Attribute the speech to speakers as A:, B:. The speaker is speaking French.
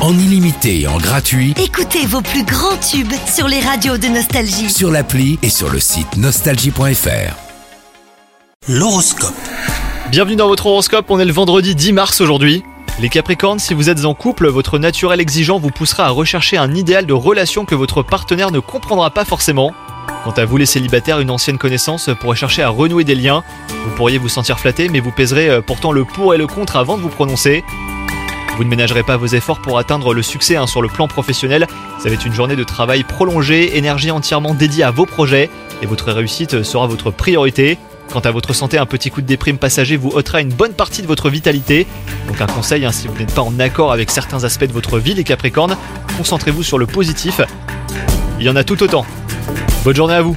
A: en illimité et en gratuit
B: Écoutez vos plus grands tubes sur les radios de Nostalgie.
A: sur l'appli et sur le site nostalgie.fr.
C: L'horoscope.
D: Bienvenue dans votre horoscope, on est le vendredi 10 mars aujourd'hui. Les Capricornes, si vous êtes en couple, votre naturel exigeant vous poussera à rechercher un idéal de relation que votre partenaire ne comprendra pas forcément. Quant à vous les célibataires, une ancienne connaissance pourrait chercher à renouer des liens. Vous pourriez vous sentir flatté, mais vous pèserez euh, pourtant le pour et le contre avant de vous prononcer. Vous ne ménagerez pas vos efforts pour atteindre le succès hein, sur le plan professionnel. Ça va être une journée de travail prolongée, énergie entièrement dédiée à vos projets, et votre réussite sera votre priorité. Quant à votre santé, un petit coup de déprime passager vous ôtera une bonne partie de votre vitalité. Donc un conseil, hein, si vous n'êtes pas en accord avec certains aspects de votre vie, les Capricornes, concentrez-vous sur le positif. Il y en a tout autant. Bonne journée à vous